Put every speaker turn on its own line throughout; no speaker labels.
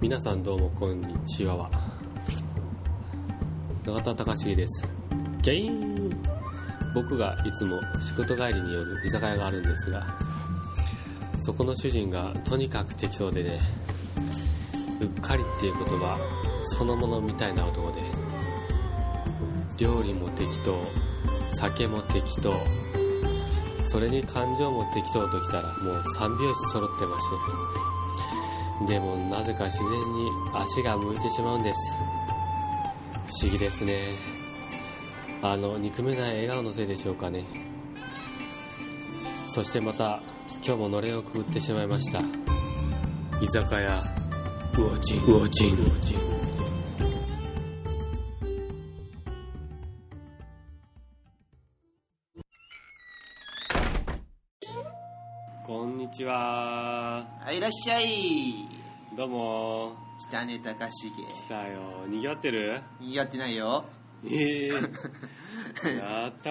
皆さんどうもこんにちはは永田隆史ですギャイン僕がいつも仕事帰りに寄る居酒屋があるんですがそこの主人がとにかく適当でねうっかりっていう言葉そのものみたいな男で料理も適当酒も適当それに感情も適当ときたらもう三拍子揃ってましてでもなぜか自然に足が向いてしまうんです不思議ですねあの憎めない笑顔のせいでしょうかねそしてまた今日ものれんをくぐってしまいました居酒屋ウォーチンウォーチンこんにちは
はい、いらっしゃい。
どうも
北根高重。
来たよにぎわってる
似合ってないよ。
ええまた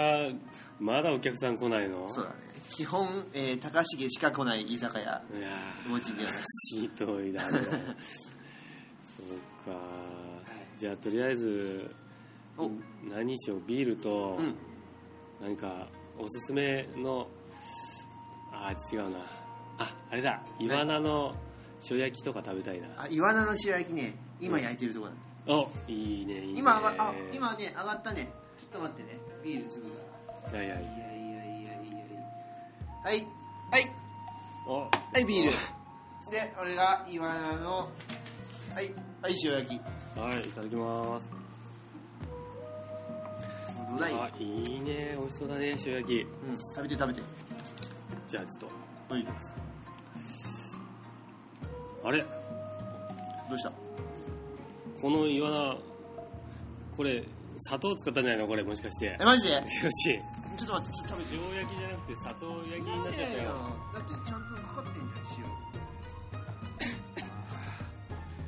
まだお客さん来ないの
そうだね。基本、えー、高重しか来ない居酒屋。
いや
おうちにはない。
ーひどいだねそうかじゃあとりあえず
お、うん。
何しようビールと、何かおすすめのあー違うなああれだイワナの塩焼きとか食べたいな
あ、イワナの塩焼きね、今焼いてるとこなんだ。
おいいねいいね
今、あが、あ、今ね、上がったね。ちょっと待ってね。ビール継ぐから。
いやいやいや
いやいやいやいやいや。はい、はい、
お
はい、ビール。で、俺がイワナの、はい、はい、塩焼き。
はいいただきます
どうだい
あいいね美味しそうだね塩焼き
うん、食べて食べて。
じゃあちょっ
はい。
とあれ
どうした
このイワナこれ砂糖使ったんじゃないのこれもしかして
え、マジで
よし
ちょっと待って、ちょっと食べて。
塩焼きじゃなくて砂糖焼きに
な
なっちゃ
ん
った
で
よ
よだってちゃんとかかってんじゃん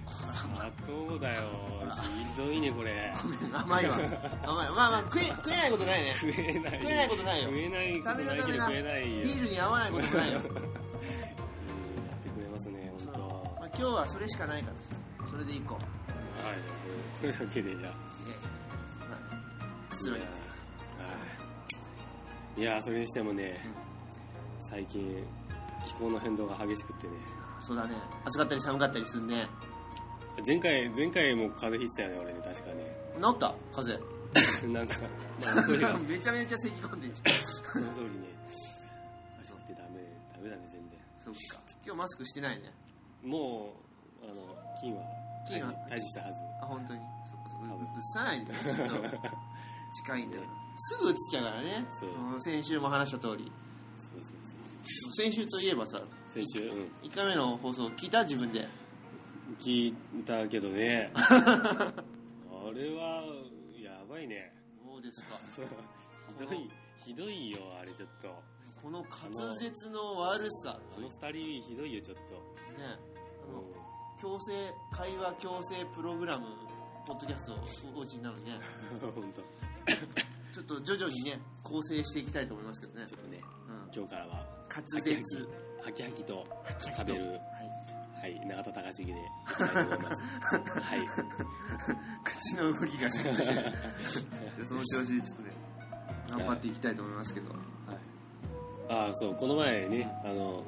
砂糖だよひどいねこれ
塩 甘いわ甘いまあまあ食え食えないことないね
食えない
食えないことないよ
食えないことないけど
ダ
食
メ
えないよ
ビールに合わないことないよ、
うんやってくれますね
そ
本
う
当
まあ
は、
今日はそれしかないからさそれでいこう
いこれだけでじゃあ
まあねくつろいで
はいいやーそれにしてもね最近気候の変動が激しくってね
そうだね暑かったり寒かったりするね
前回前回も風邪ひいてたよね俺ね確かね
治った風
なんか、まあ、の通りが
邪めちゃめちゃ咳き込んでんじゃん
その通りねおかしくてダメダメだね全然
そっか今日マスクしてないね
もうあの菌は
菌は
退治したはず
あ本当にそっかそっ
多
か
分
ううつさないでちょ っと近いんだよ、
ね
すぐうつっちゃうからね
そうん
先週も話した通り
そうそうそう
先週といえばさ
先週うん
1回目の放送聞いた自分で
聞いたけど ねあれはやばいね
そうですか
ひどいひどいよあれちょっと
この滑舌の悪さ
あの二人ひどいよちょっと、
ねあの
う
強制会話強制プログラムポッドキャストおおうちになるね
ん、 本当
ちょっと徐々にね構成していきたいと思いますけどね、
ちょっとね
うん、
今日からは
滑舌
ハキハキと
はきはき
食
と
べ
はい
るはい永田隆重でいきたいと思いますはい
口の動きがちゃんとしてるじゃあその調子でちょっとね頑張っていきたいと思いますけど
はい、ああそうこの前ねあの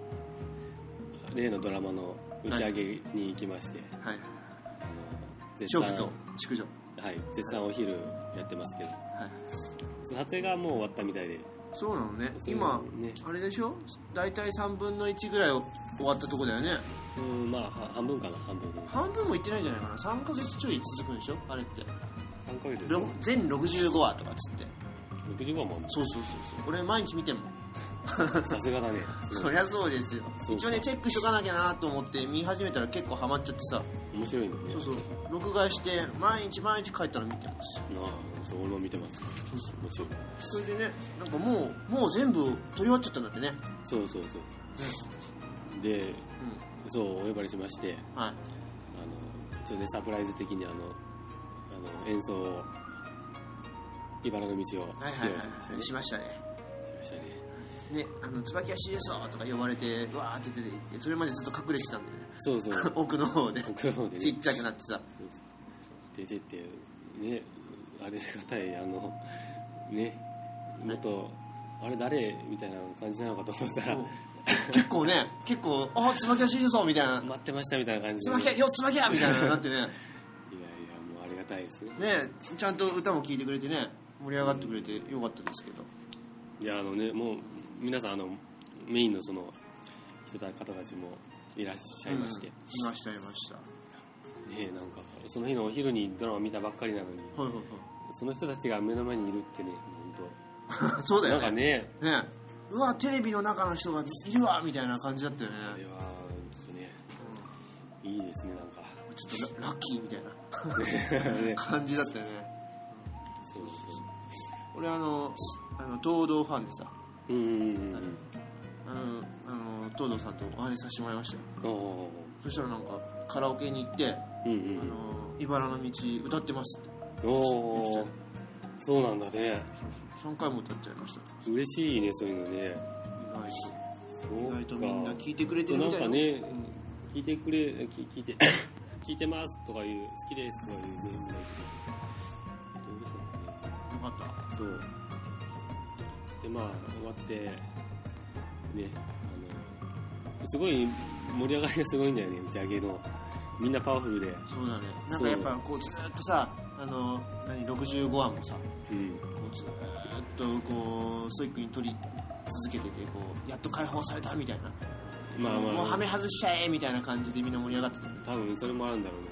例のドラマの打ち上げに行きまして、
はい
あの絶
娼
賛
婦と淑女
はい絶賛お昼やってますけど
はい
撮影がもう終わったみたいで
そうなのね
そう
今
ね
あれでしょ大体3分の1ぐらいを終わったとこだよね
うんまあは半分かな半分
半分もいってないんじゃないかな3ヶ月ちょい続くんでしょあれって
3ヶ月で
ろ全65話とかっつって
65万もあんの
そうそうそうそう俺毎日見てんもん
さすがだねす
そ
ごい
りゃそうですよ
そうか
一応ねチェックしとかなきゃなと思って見始めたら結構ハマっちゃってさ
面白いのね
そうそう録画して毎日毎日帰ったら見てます
なあそう俺も見てますもちろん
それでねなんかもうもう全部撮り終わっちゃったんだってね
そうそうそうで
う
そうお呼ばれしまして
んはい
あのちょっとねサプライズ的にあのあの演奏を「茨の道」を
はい
披
はい
露
は
しました
い
ね
しましたね
しましたね
ね、あの椿屋 c そうとか呼ばれてわーって出て行ってそれまでずっと隠れてたんだよね
そうそう
奥の方で
僕の方で
ち
ね
っちゃくなって さ
出てってねあれがたいあのねもっとあれ誰みたいな感じなのかと思ったら
もう結構ね結構「あ椿屋 c そうみたい な
待ってましたみたいな感
「
じでい
椿
や
屋よ椿屋!」みたいななっ てね
いやもうありがたいですね
ねちゃんと歌も聴いてくれてね盛り上がってくれてよかったですけど
いやあのねもう皆さんあのメインのその人た方たちもいらっしゃいまして、
うんいましたいましたは
ねなんかその日のお昼にドラマ見たばっかりなのに
いはい
その人たちが目の前にいるってね本
はいそう
当
だ
なん
よ
か
ね
ね
ねうわテレビの中の人がいるわみたいな感じだったよね
あれはちょっとねいいですねなんか
うんちょっとララッキーみたいな
ね
感じだったよね
そうそ
俺あのあの東堂ファンでさ
ううんうんうんうん
あのあの東堂さんとお話しさせてもらいましたよ
おお
そしたらなんかカラオケに行って
うんう
「あ
ん
の茨の道歌ってます」って
うんおおそうなんだね
3回も歌っちゃいました
嬉しいねそういうのね
意外と
そう
意
か
外とみんな聞いてくれてる
な
み
ん
たい
か
な
ね聞いてくれ聞聞いて 聞いてますとかいう好きですとかいうメールもいてどうでしょうかね
よかった
そうでまあ終わってねあのすごい盛り上がりがすごいんだよね打ち上げのみんなパワフルで
そうだねなんかやっぱこうずーっとさあの何65話もさ
うん
こうずーっとこうストイックに取り続けててこうやっと解放されたみたいな、
まあまあ
もうはめ外しちゃえみたいな感じでみんな盛り上 がってたよね
多分それもあるんだろうね、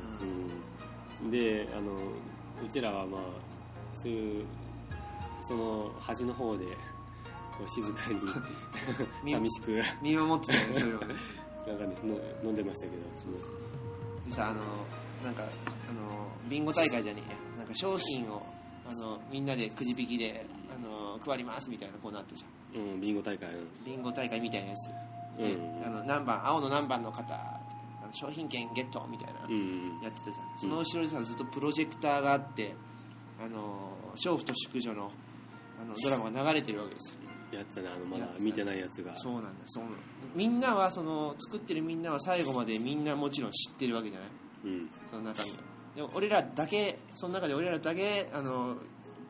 うん、であのうちらはまあそういうその端の方でこう静かに
み
寂しく
見守ってたよねそれをね
なんかねの飲んでましたけど
でさあのなんかあのビンゴ大会じゃねえやなんか商品をあのみんなでくじ引きであの配りますみたいなコーナーあったじゃん
うん、ビンゴ大会
ビンゴ大会みたいなやつ、
うん
ねあの何番青の何番の方あの商品券ゲットみたいな、
うんうん
やってたじゃんその後ろにさずっとプロジェクターがあってあの娼婦と淑女のあのドラマが流れてるわけですよ
やってたねあのま
や
だ
ってたね
見てないやつが
そうなんだそうなんだみんなはその作ってるみんなは最後までみんなもちろん知ってるわけじゃない
うん
その中身をでも俺らだけその中で俺らだけあの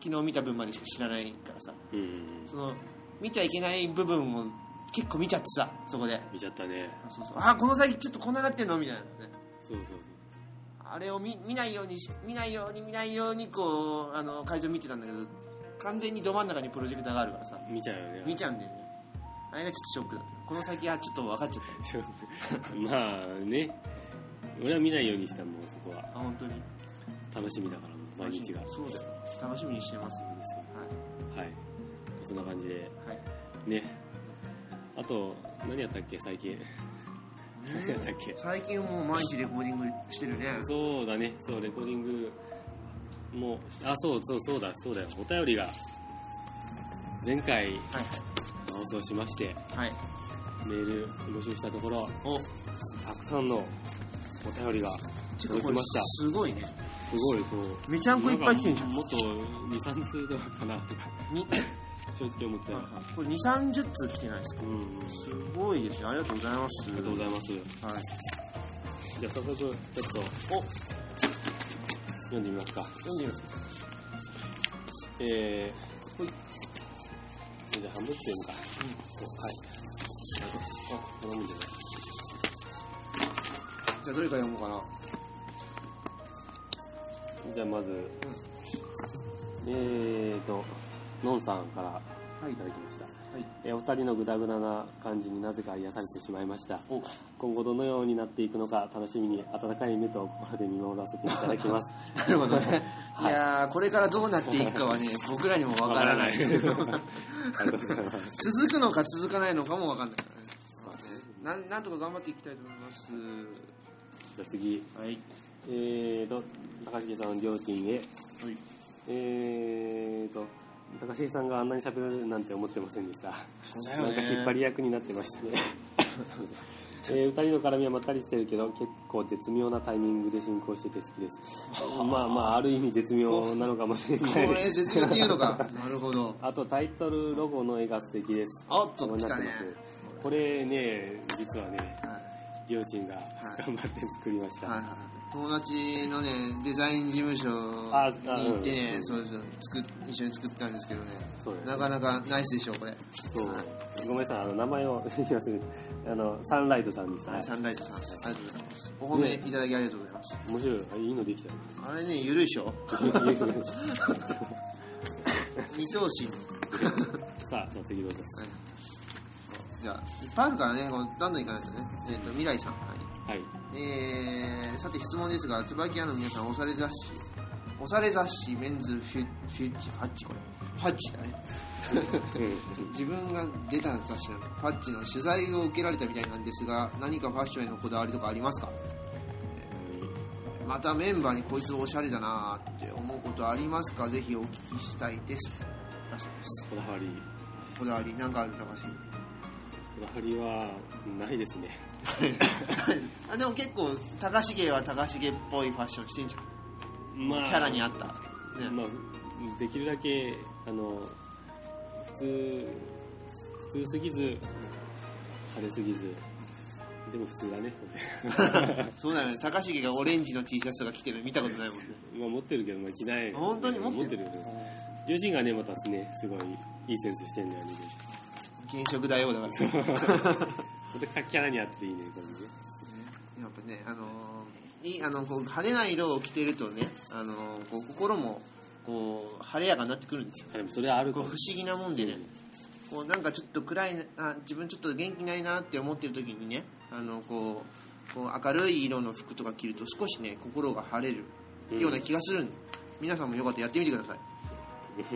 昨日見た分までしか知らないからさ
うんうんうん
その見ちゃいけない部分を結構見ちゃってさそこで
見ちゃったね
あそうそうあこの先ちょっとこんななってんのみたいなね
そうそう
あれを見見ないようにし見ないように見ないようにこうあの会場見てたんだけど完全にど真ん中にプロジェクターがあるからさ
そう見ちゃうよね
見ちゃうんだよねあれがちょっとショックだったこの先はちょっと分かっちゃっ
まあね俺は見ないようにしたもんそこは
たあ本当に
楽しみだからもう毎日が
そうだよ楽しみにしてます
そうですよ
は
は
い
いそんな感じで
はい
ねあと何やったっけ最近何やったっけ
最近もう毎日レコーディングしてるね
そうだねそうレコーディングもあそうそうそうだそうだよお便りが前回放送しまして
はいはい
メール募集したところ
お
たくさんのお便りが
てか
届
こ
き
れ
ました
すごいね
すごいそう
めちゃんこいっぱい来てんじゃん
なかもっと23通とかかなとか
に
正直思ってた
は
ら
いはいこれ2 3 0通来てないですか
うんうんあ
すごいですねありがとうございます
りがとうございます
はい
じゃあ早速ちょっとお読んでみますか
読んでみます
えー、
ほい
じゃあ半分って読むか、うん、はいあこのもんじゃない
じゃあどれから読もうかな
じゃあまず、えーとのんさんから
はい
いただきました、
はい
えーお二人のグダグダな感じになぜか癒されてしまいました
お
今後どのようになっていくのか楽しみに温かい目と心で見守らせていただき ます
なるほどね、
はい
い、やーこれからどうなっていくかはね僕らにもわからな
わから
い続
ありがとうございます
くのか続かないのかもわかんないからね,、なんなんとか頑張っていきたいと思います
じゃあ次
はい
えーと高重さんりょうちんへ
はい
えーと高重さんがあんなに喋るなんて思ってませんでした
そうだよ
なんか
ね
引っ張り役になってましたねえー、2人の絡みはまったりしてるけど結構絶妙なタイミングで進行してて好きですまあまあある意味絶妙なのかもしれ
こ
ない
れ絶妙っていうのかなるほど
あとタイトルロゴの絵が素敵です
あおっと
ご覧になってます
来たね
これね実はね
はい
ギオチンが頑張って作りました、
はいはい友達のねデザイン事務所
ああ
に行ってねそうです作っ一緒に作ったんですけどね
そうです
なかなかナイスでしょうこれ
そうごめんなさいあの名前を忘れてあのサンライトさんでした、
はいサンライトさんありがとうございますお褒めいただきありがとうございます
面白いあいいのできたよ
あれねゆるいでし ょ二等身
さあじゃあ次どうぞ
はいじゃあいっぱいあるからねこうどんどんいかないとねえっ、と未来さんはい
はい
えーさて質問ですが椿屋の皆さんおされ雑誌おされ雑誌メンズフィフィッチファッチこれファッチだね自分が出た雑誌なのファッチの取材を受けられたみたいなんですが何かファッションへのこだわりとかありますかまたメンバーにこいつおしゃれだなーって思うことありますかぜひお聞きしたいですだそうです
こだわり
こだわりなんかある高橋
こだわりはないですね
あでも結構高重は高重っぽいファッションしてんじゃん
ま
キャラに合った、ね
まあ、できるだけあの普通普通すぎず派手すぎずでも普通だね
そうだよね高重がオレンジの T シャツが着てるの見たことないもんね
まあ持ってるけど、まあ、着ない
本当に持
持
っ
っててる
る
両親がねまたねすごいいいセンスしてんだよね
現職大王だからやっぱ
これキャラに合っていいねこれね
ねあのーいあのこう派手な色を着てるとね、あのーこう心もこう晴れやかになってくるんですよ
あでもそれはあるか
こう
も
不思議なもんでねこうなんかちょっと暗いなあ自分ちょっと元気ないなって思ってる時にねあのこうこう明るい色の服とか着ると少しね心が晴れるような気がするんで、皆さんもよかったらやってみてください、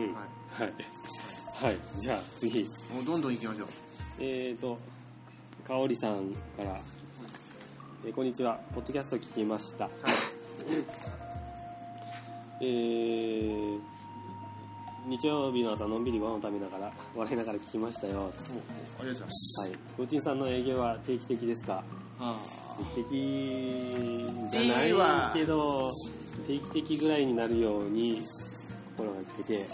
うん
は
はい、はい、じゃあ次
い、もうどんどんいきましょう
えーと、かおりさんから、えーこんにちは、ポッドキャスト聞きました。えー日曜日の朝、のんびりご飯を食べながら、笑いながら聞きましたよ。は
ありがとうございます
い。ごちんさんの営業は定期的ですか
あ
定期的じゃないけど、定期的ぐらいになるように心がけて、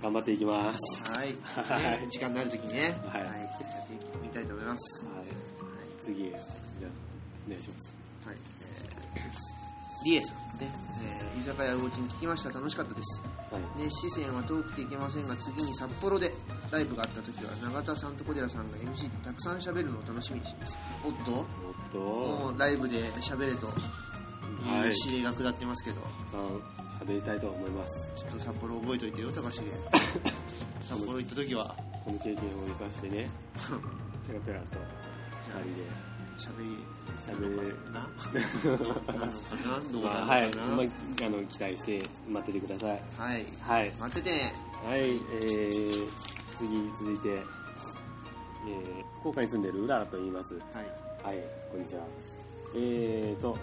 頑張っていきます。
はい、
はい
ね時間になるときにね、は、
はいい
やってみたいと思います。
はい。
は
次、じゃあ、お願いします。
い、はい、えーリエさんね、えー居酒屋ごちに聞きました。楽しかったです。
はい。
熱視線は遠くていけませんが、次に札幌でライブがあったときは、永田さんと小寺さんが MC でたくさん喋るのを楽しみにしています。おっと、
おっと、
もうライブで喋れと。
はいいう
指令が下ってますけど、
さん喋りたいと思います
ちょっと札幌覚えといて よ、高重。札幌行ったときは、
この経験を生かしてねペラペラと
喋り
二人で喋れる
な。なのかなどうな
ま
の
あ
か
はい、
な、
まあ、あの期待して待っててください
はい。
はい
待っててね。
はいえー、次続いて、えー、福岡に住んでるうららと言います
はい。
はいこんにちはえーと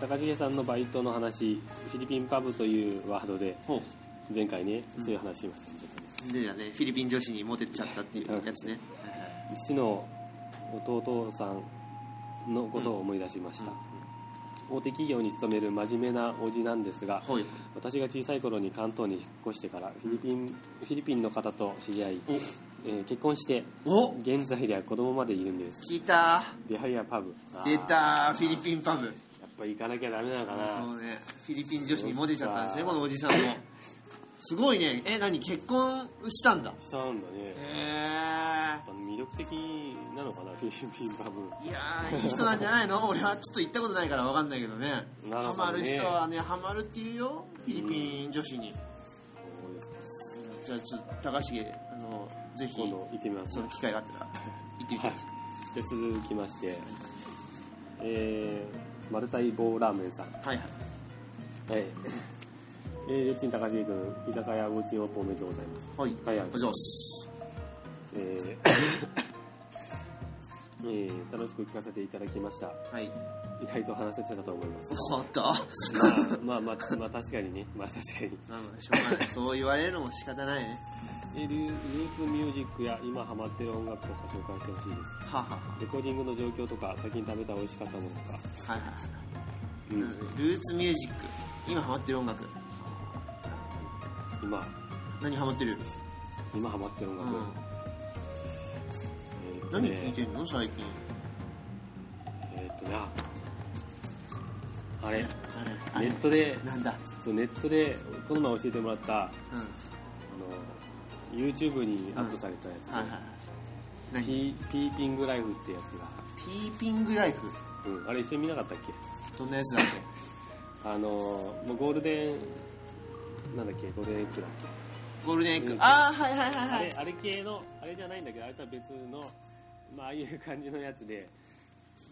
高重さんのバイトの話フィリピンパブというワードで
ほ
前回ねそういう話しましたねちょっとね
う。でだね、フィリピン女子にモテちゃったっていうやつね。はいはい
父の弟さんのことを思い出しました、大手企業に勤める真面目なおじなんですが
ほい。
私が小さい頃に関東に引っ越してからフィリピンフィリピンの方と知り合い、えー結婚して
お
現在では子供までいるんです
聞いた
出会いやパブあー
出
やった
フィリピンパブ。
ぱ行かなきゃダメなのかな
そうね。フィリピン女子にモテちゃったんですね、
そ
こ
っか
のおじさんも。すごいね。え、何結婚したんだ。
したんだね
へ
やっぱ魅力的なのかなフィリピンパブ
え。いやー、いい人なんじゃな いの俺はちょっと行ったことないからわかんないけどね。
なる
ハ
ほ
マ
ど
る
ね
人はね、ハマるっていうよ。フィリピン女子に。
そうですか
じゃあ、ちょっと、高重、あの、ぜひ、
今度行ってみます
その機会があったら、行ってみてください。
で続きまして、えー、マルタイ棒ラーメンさん、
はいはい。
はいえー、りょっちん高重君居酒屋ごちんオープンおめでとうございます、
はい。
はいはい
お嬢す。
え ーえー楽しく聞かせていただきました
はい。
意外と話せてたと思い ます
おっと。ま
まあまあまあ、まあ、確かにねまあ確かに
あまあしょうがない。そう言われるのも仕方ないね。
えるループミュージックや今ハマってる音楽とか紹介してほしいです
はあはあ
レコーディングの状況とか最近食べた美味しかったものとか
はいはいは
う
いル
ん
ーツミュージック今ハマってる音楽
今
何ハマってる、
今ハマってる音
う
楽、
ん、
えーっと
何
ね
聴いてんの最近
えーっとねああれ
あれ
ネットで
なんだ
そうネットでこの前教えてもらったあ
うん
の YouTube にアップされたやつ、
はいはいはい何ピ
ピピーピングライフってやつ
ーピングライフ
が、うん、あれ一緒に見なかったっけ
どんなやつだっ
あのもうゴールデンなんだっけゴールデンエッグだっけ
けゴールデンエッグ、
うん
ああはいはいはい
あ
は
れ
い
あれ系のあれじゃないんだけどあれとは別のまあああいう感じのやつで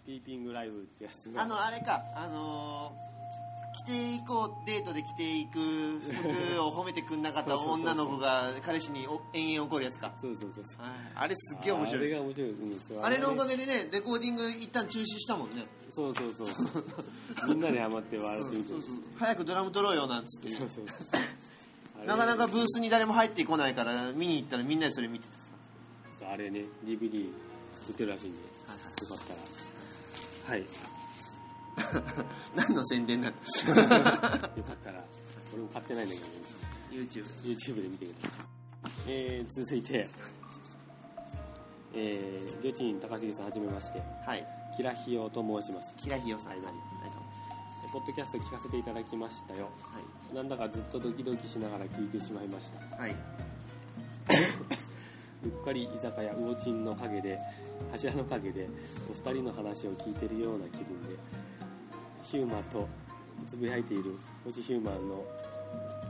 ピーピングライブってやつが
あのあれかあのー、着ていこうデートで着ていく服を褒めてくんなかった
そうそうそうそう
女の子が彼氏にお延々怒るやつか
そうそうそうそう
はいあれすっげえ面
あ
白
れ
い
が面白い、うん、そう
あれのおかげでねレコーディング一旦中止したもんね
そうそうそう そうみんなでハマって笑ってみて
そうそう早くドラム取ろうよなんつって
そうそうあれ
なかなかブースに誰も入ってこないから見に行ったらみんなでそ れ見ててさ
あれね DVD 売ってるらしいんでよかったらはい
何の宣 伝なんだ
よかったら俺も買ってないんだけど、ね、
YouTube
YouTube で見てください、えー、続いてえー、ジョチン高重さんはじめまして
はい
キラヒヨと申します
キラヒヨさん
は
はいい
はいポッドキャスト聞かせていただきましたよ
は
なんだかずっとドキドキしながら聞いてしまいました
い、はい、
うっかり居酒屋魚ンの陰で柱の陰でお二人の話を聞いてるような気分でヒューマとつぶやいている星ヒューマンの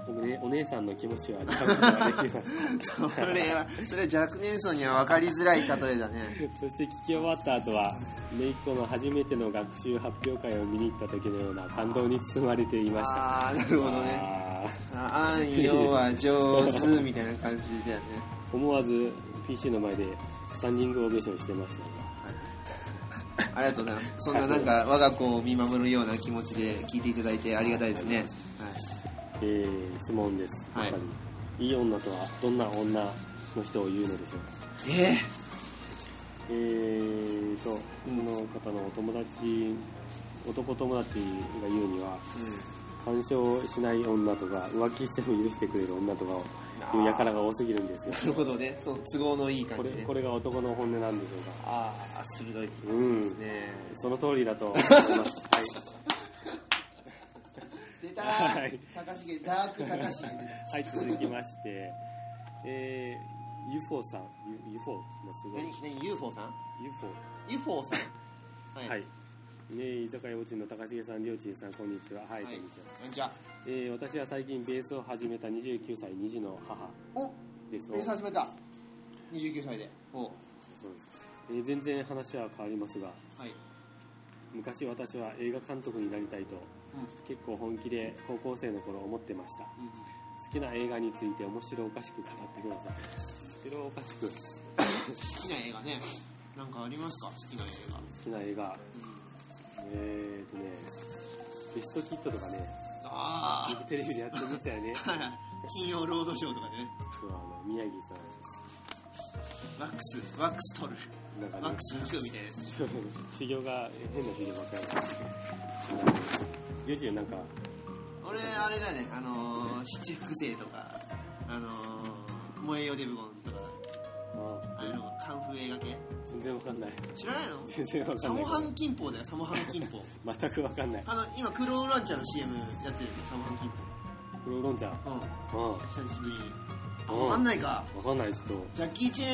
お,、ね、お姉さんの気持ちを味わうことができました
そ れはそれは若年層には分かりづらい例えだね
そして聞き終わった後は姪っ子の初めての学習発表会を見に行った時のような感動に包まれていました
ああなるほどね
あー
ああんよは上手みたいな感じだよね
思わず PC の前でスタンディングオベーションしてましたが
はいありがとうございますそんななんか我が子を見守るような気持ちで聞いていただいてありがたいですね
えー質問です、
はい
お二人いい女とはどんな女の人を言うのでしょうか
はいえ
えーとこ
うん
の方のお友達男友達が言うには
ー、うん
干渉しない女とか浮気しても許してくれる女とかを
あー
言う輩が多すぎるんですよ
なるほどね、その都合のいい
こ
感
れ
じね。
これが男の本音なんでしょうか
ああ、鋭いですね。
うんその通りだと思います
出た
は
ー
い、
高重、ダーク高重。
はい、はい、続きましてえー、UFO さん UFO もすごい
何、何、UFO さん
UFO
?UFO さん。
はい。。ね、居酒屋おちんの高重さん、りょうちんさん、こんにちは。は、
はいい、
こ
こ
ん
ん
に
に
ち
ち
は。
は。
えー、私は最近ベースを始めた29歳、2児の母
お、
です。
レース始めた。29歳で。おは
そうですか。えー全然話は変わりますが、
い。
昔私は映画監督になりたいと、結構本気で高校生の頃思ってました。
うん。うん。
好きな映画について面白おかしく語ってください。面白おかしく、好
好きな映画ね。なんかありますか好きな映画。
きな映画、
うん
えーとね、ベストキットとかね、
あ
よくテレビでやってましたよ ね。
あ。はいはい。 金曜ロードショーとかでね。
そうあの宮城さ
ワックス、ワックス取る。
ん、なんかね
ワックス抜くみたいなやつ。
修行が変な修行ばっかりだユージはなんか
俺あれだねあのー、七福星とかあのー、燃えよデブゴンとか
あ
ああいうのカンフー映画系
全然わかんない
知らないの
全然わか
サ
んな
モ
い
ハンキンポだよサモハンキンポ
全くわかんない
あの今クロウランチャーの CM やってるよサモハンキン
クロロンちゃんうん
ポうん
わ
久しぶりにあ
うん
わかんないか
かんないちょっ
ジャッキー・チェ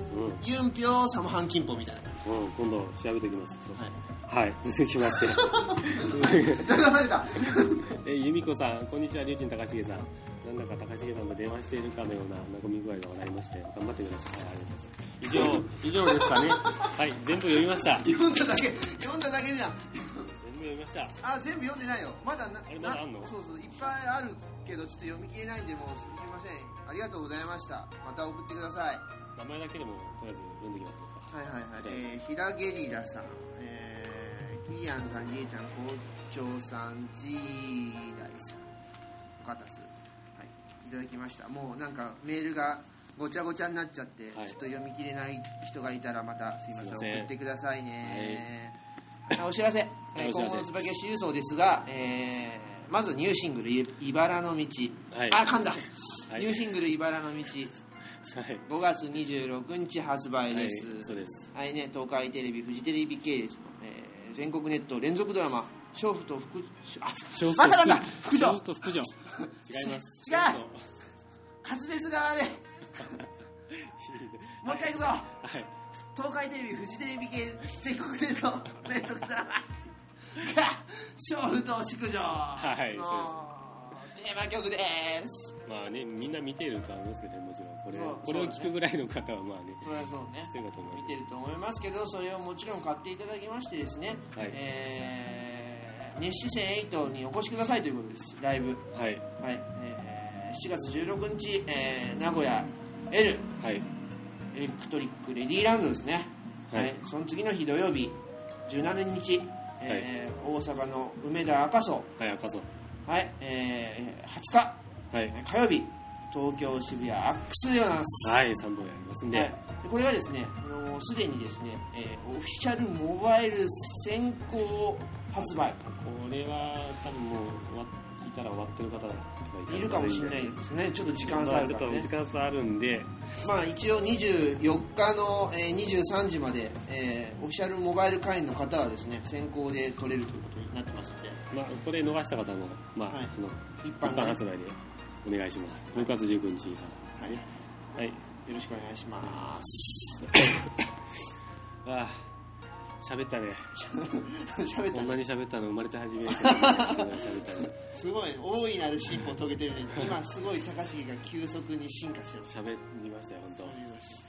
ーン、
うん
ユンピョサモハンキンポみたいな感
と、うん、今度調べてきます
じ、はい、
はい、続きまして
流された
え由美子さんこんにちはりゅうちん高重さんなんだか高重さんと電話しているかのような和み具合が笑いましたよ頑張ってください、はい、ありがとうございます以上以上ですかねはい全部読みました全
読んだだけ読んだだけじゃん
部読みました
あ全部読んでないよまだな
あれまだあんの
なそうそういっぱいあるけどちょっと読み切れないんでもうすいませんありがとうございましたまた送ってください
名前だけでもとりあえず読んできますか
はいはいはい、えー、平ゲリラさん、えー、キリアンさんりえちゃん校長さんジーダイさんよかったっすはいただきましたもうなんかメールがごちゃごちゃになっちゃって、
はい
ちょっと読み切れない人がいたらまたすいます
い
せん
ません
送ってくださいね、あお知らせ、えー
お知
今
らせ
後の椿吉郵送ですが、えーまずニューシングルい「茨の道」
はい
あ噛んだ、
はい
ニューシングル「茨の道」
はい
5月26日発売です、
はいそうです
はいね東海テレビフジテレビ系列の、えー全国ネット連続ドラマ「娼婦と福」あまたかんだ福
ショ
と
ート福女違います
違う滑舌が悪いもう一回行くぞ、
はい
東海テレビフジテレビ系全国ネット連続ドラマが娼婦と淑女
い
のテーマ曲です
まあねみんな見てるとは思うんですけどねもちろんこれ
そう
これを
そうだね
聞くぐらいの方はまあね
それはそうね
そういうこと思い
見
ま
てると思いますけどそれをもちろん買っていただきましてですね、
はい
えー熱視線8にお越しくださいということですライブ
すはい
はい、えー7月16日、えー名古屋 L
はい
エレクトリックレディーランドですね、
は
はいいその次の日土曜日17日、えー大阪の梅田赤楚、
はい赤楚
はいえー20日
はい
火曜日東京渋谷アックスでございます、
はい三本やりますんで
はい、でこれがですねあのーすでにですね、えーオフィシャルモバイル先行発売
これは多分もう終わ聞いたら終わってる方が
いるかもしれないいですねちょっと時間
時
差あ
間
る
差
からね
時間差あるんで
まあ、一応24日の、えー23時まで、えーオフィシャルモバイル会員の方はですね先行で取れるということになってますので
まあこれ逃した方もまあ
はい
あの
一
一
般
般
が、
発売でお願いします6月19日からねはい
よろしくお願いします
ああ喋ったね
喋っ
こ
た
んな
ね
に喋ったの生まれて初めて だねこんなに喋ったの
すごい大いなる進歩を遂げてるね今すごい高重が急速に進化してます
喋りましたよ本
喋りまし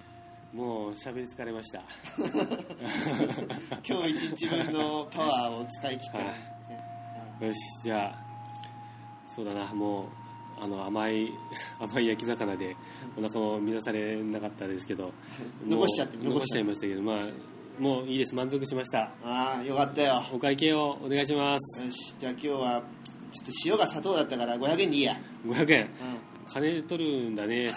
当もう喋り疲れま した
た今日一日分のパワーを使い切ったんですね、
よしじゃあそうだなもうあの甘い 甘い焼き魚でお腹も乱されなかったですけどもう
残しちゃって
残
残
し
し
ち
ち
ゃ
ゃ
い
って
ましたけどまあもういいです満足しました
ああよかったよ
お会計をお願いします
よしじゃあ今日はちょっと塩が砂糖だったから500円でいいや
500円
うん
金取るんだね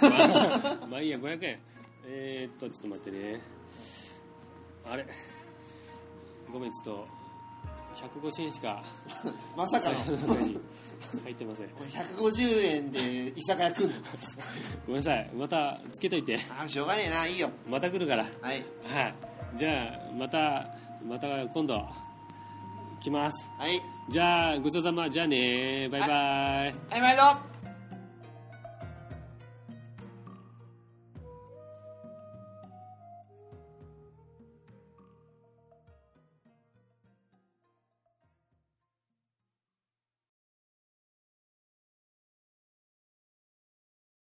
まあいいや500円えー、っとちょっと待ってねあれごめんちょっと150円しか
まさか
財
の
布の中に入ってません
150円で居酒屋来んの
ごめんなさいまたつけといて
あーしょうがねえないいよ
また来るから
はい
はいじゃあまたまた今度来ます
はい
じゃあごちそうさまじゃあねバイバイ
はい毎度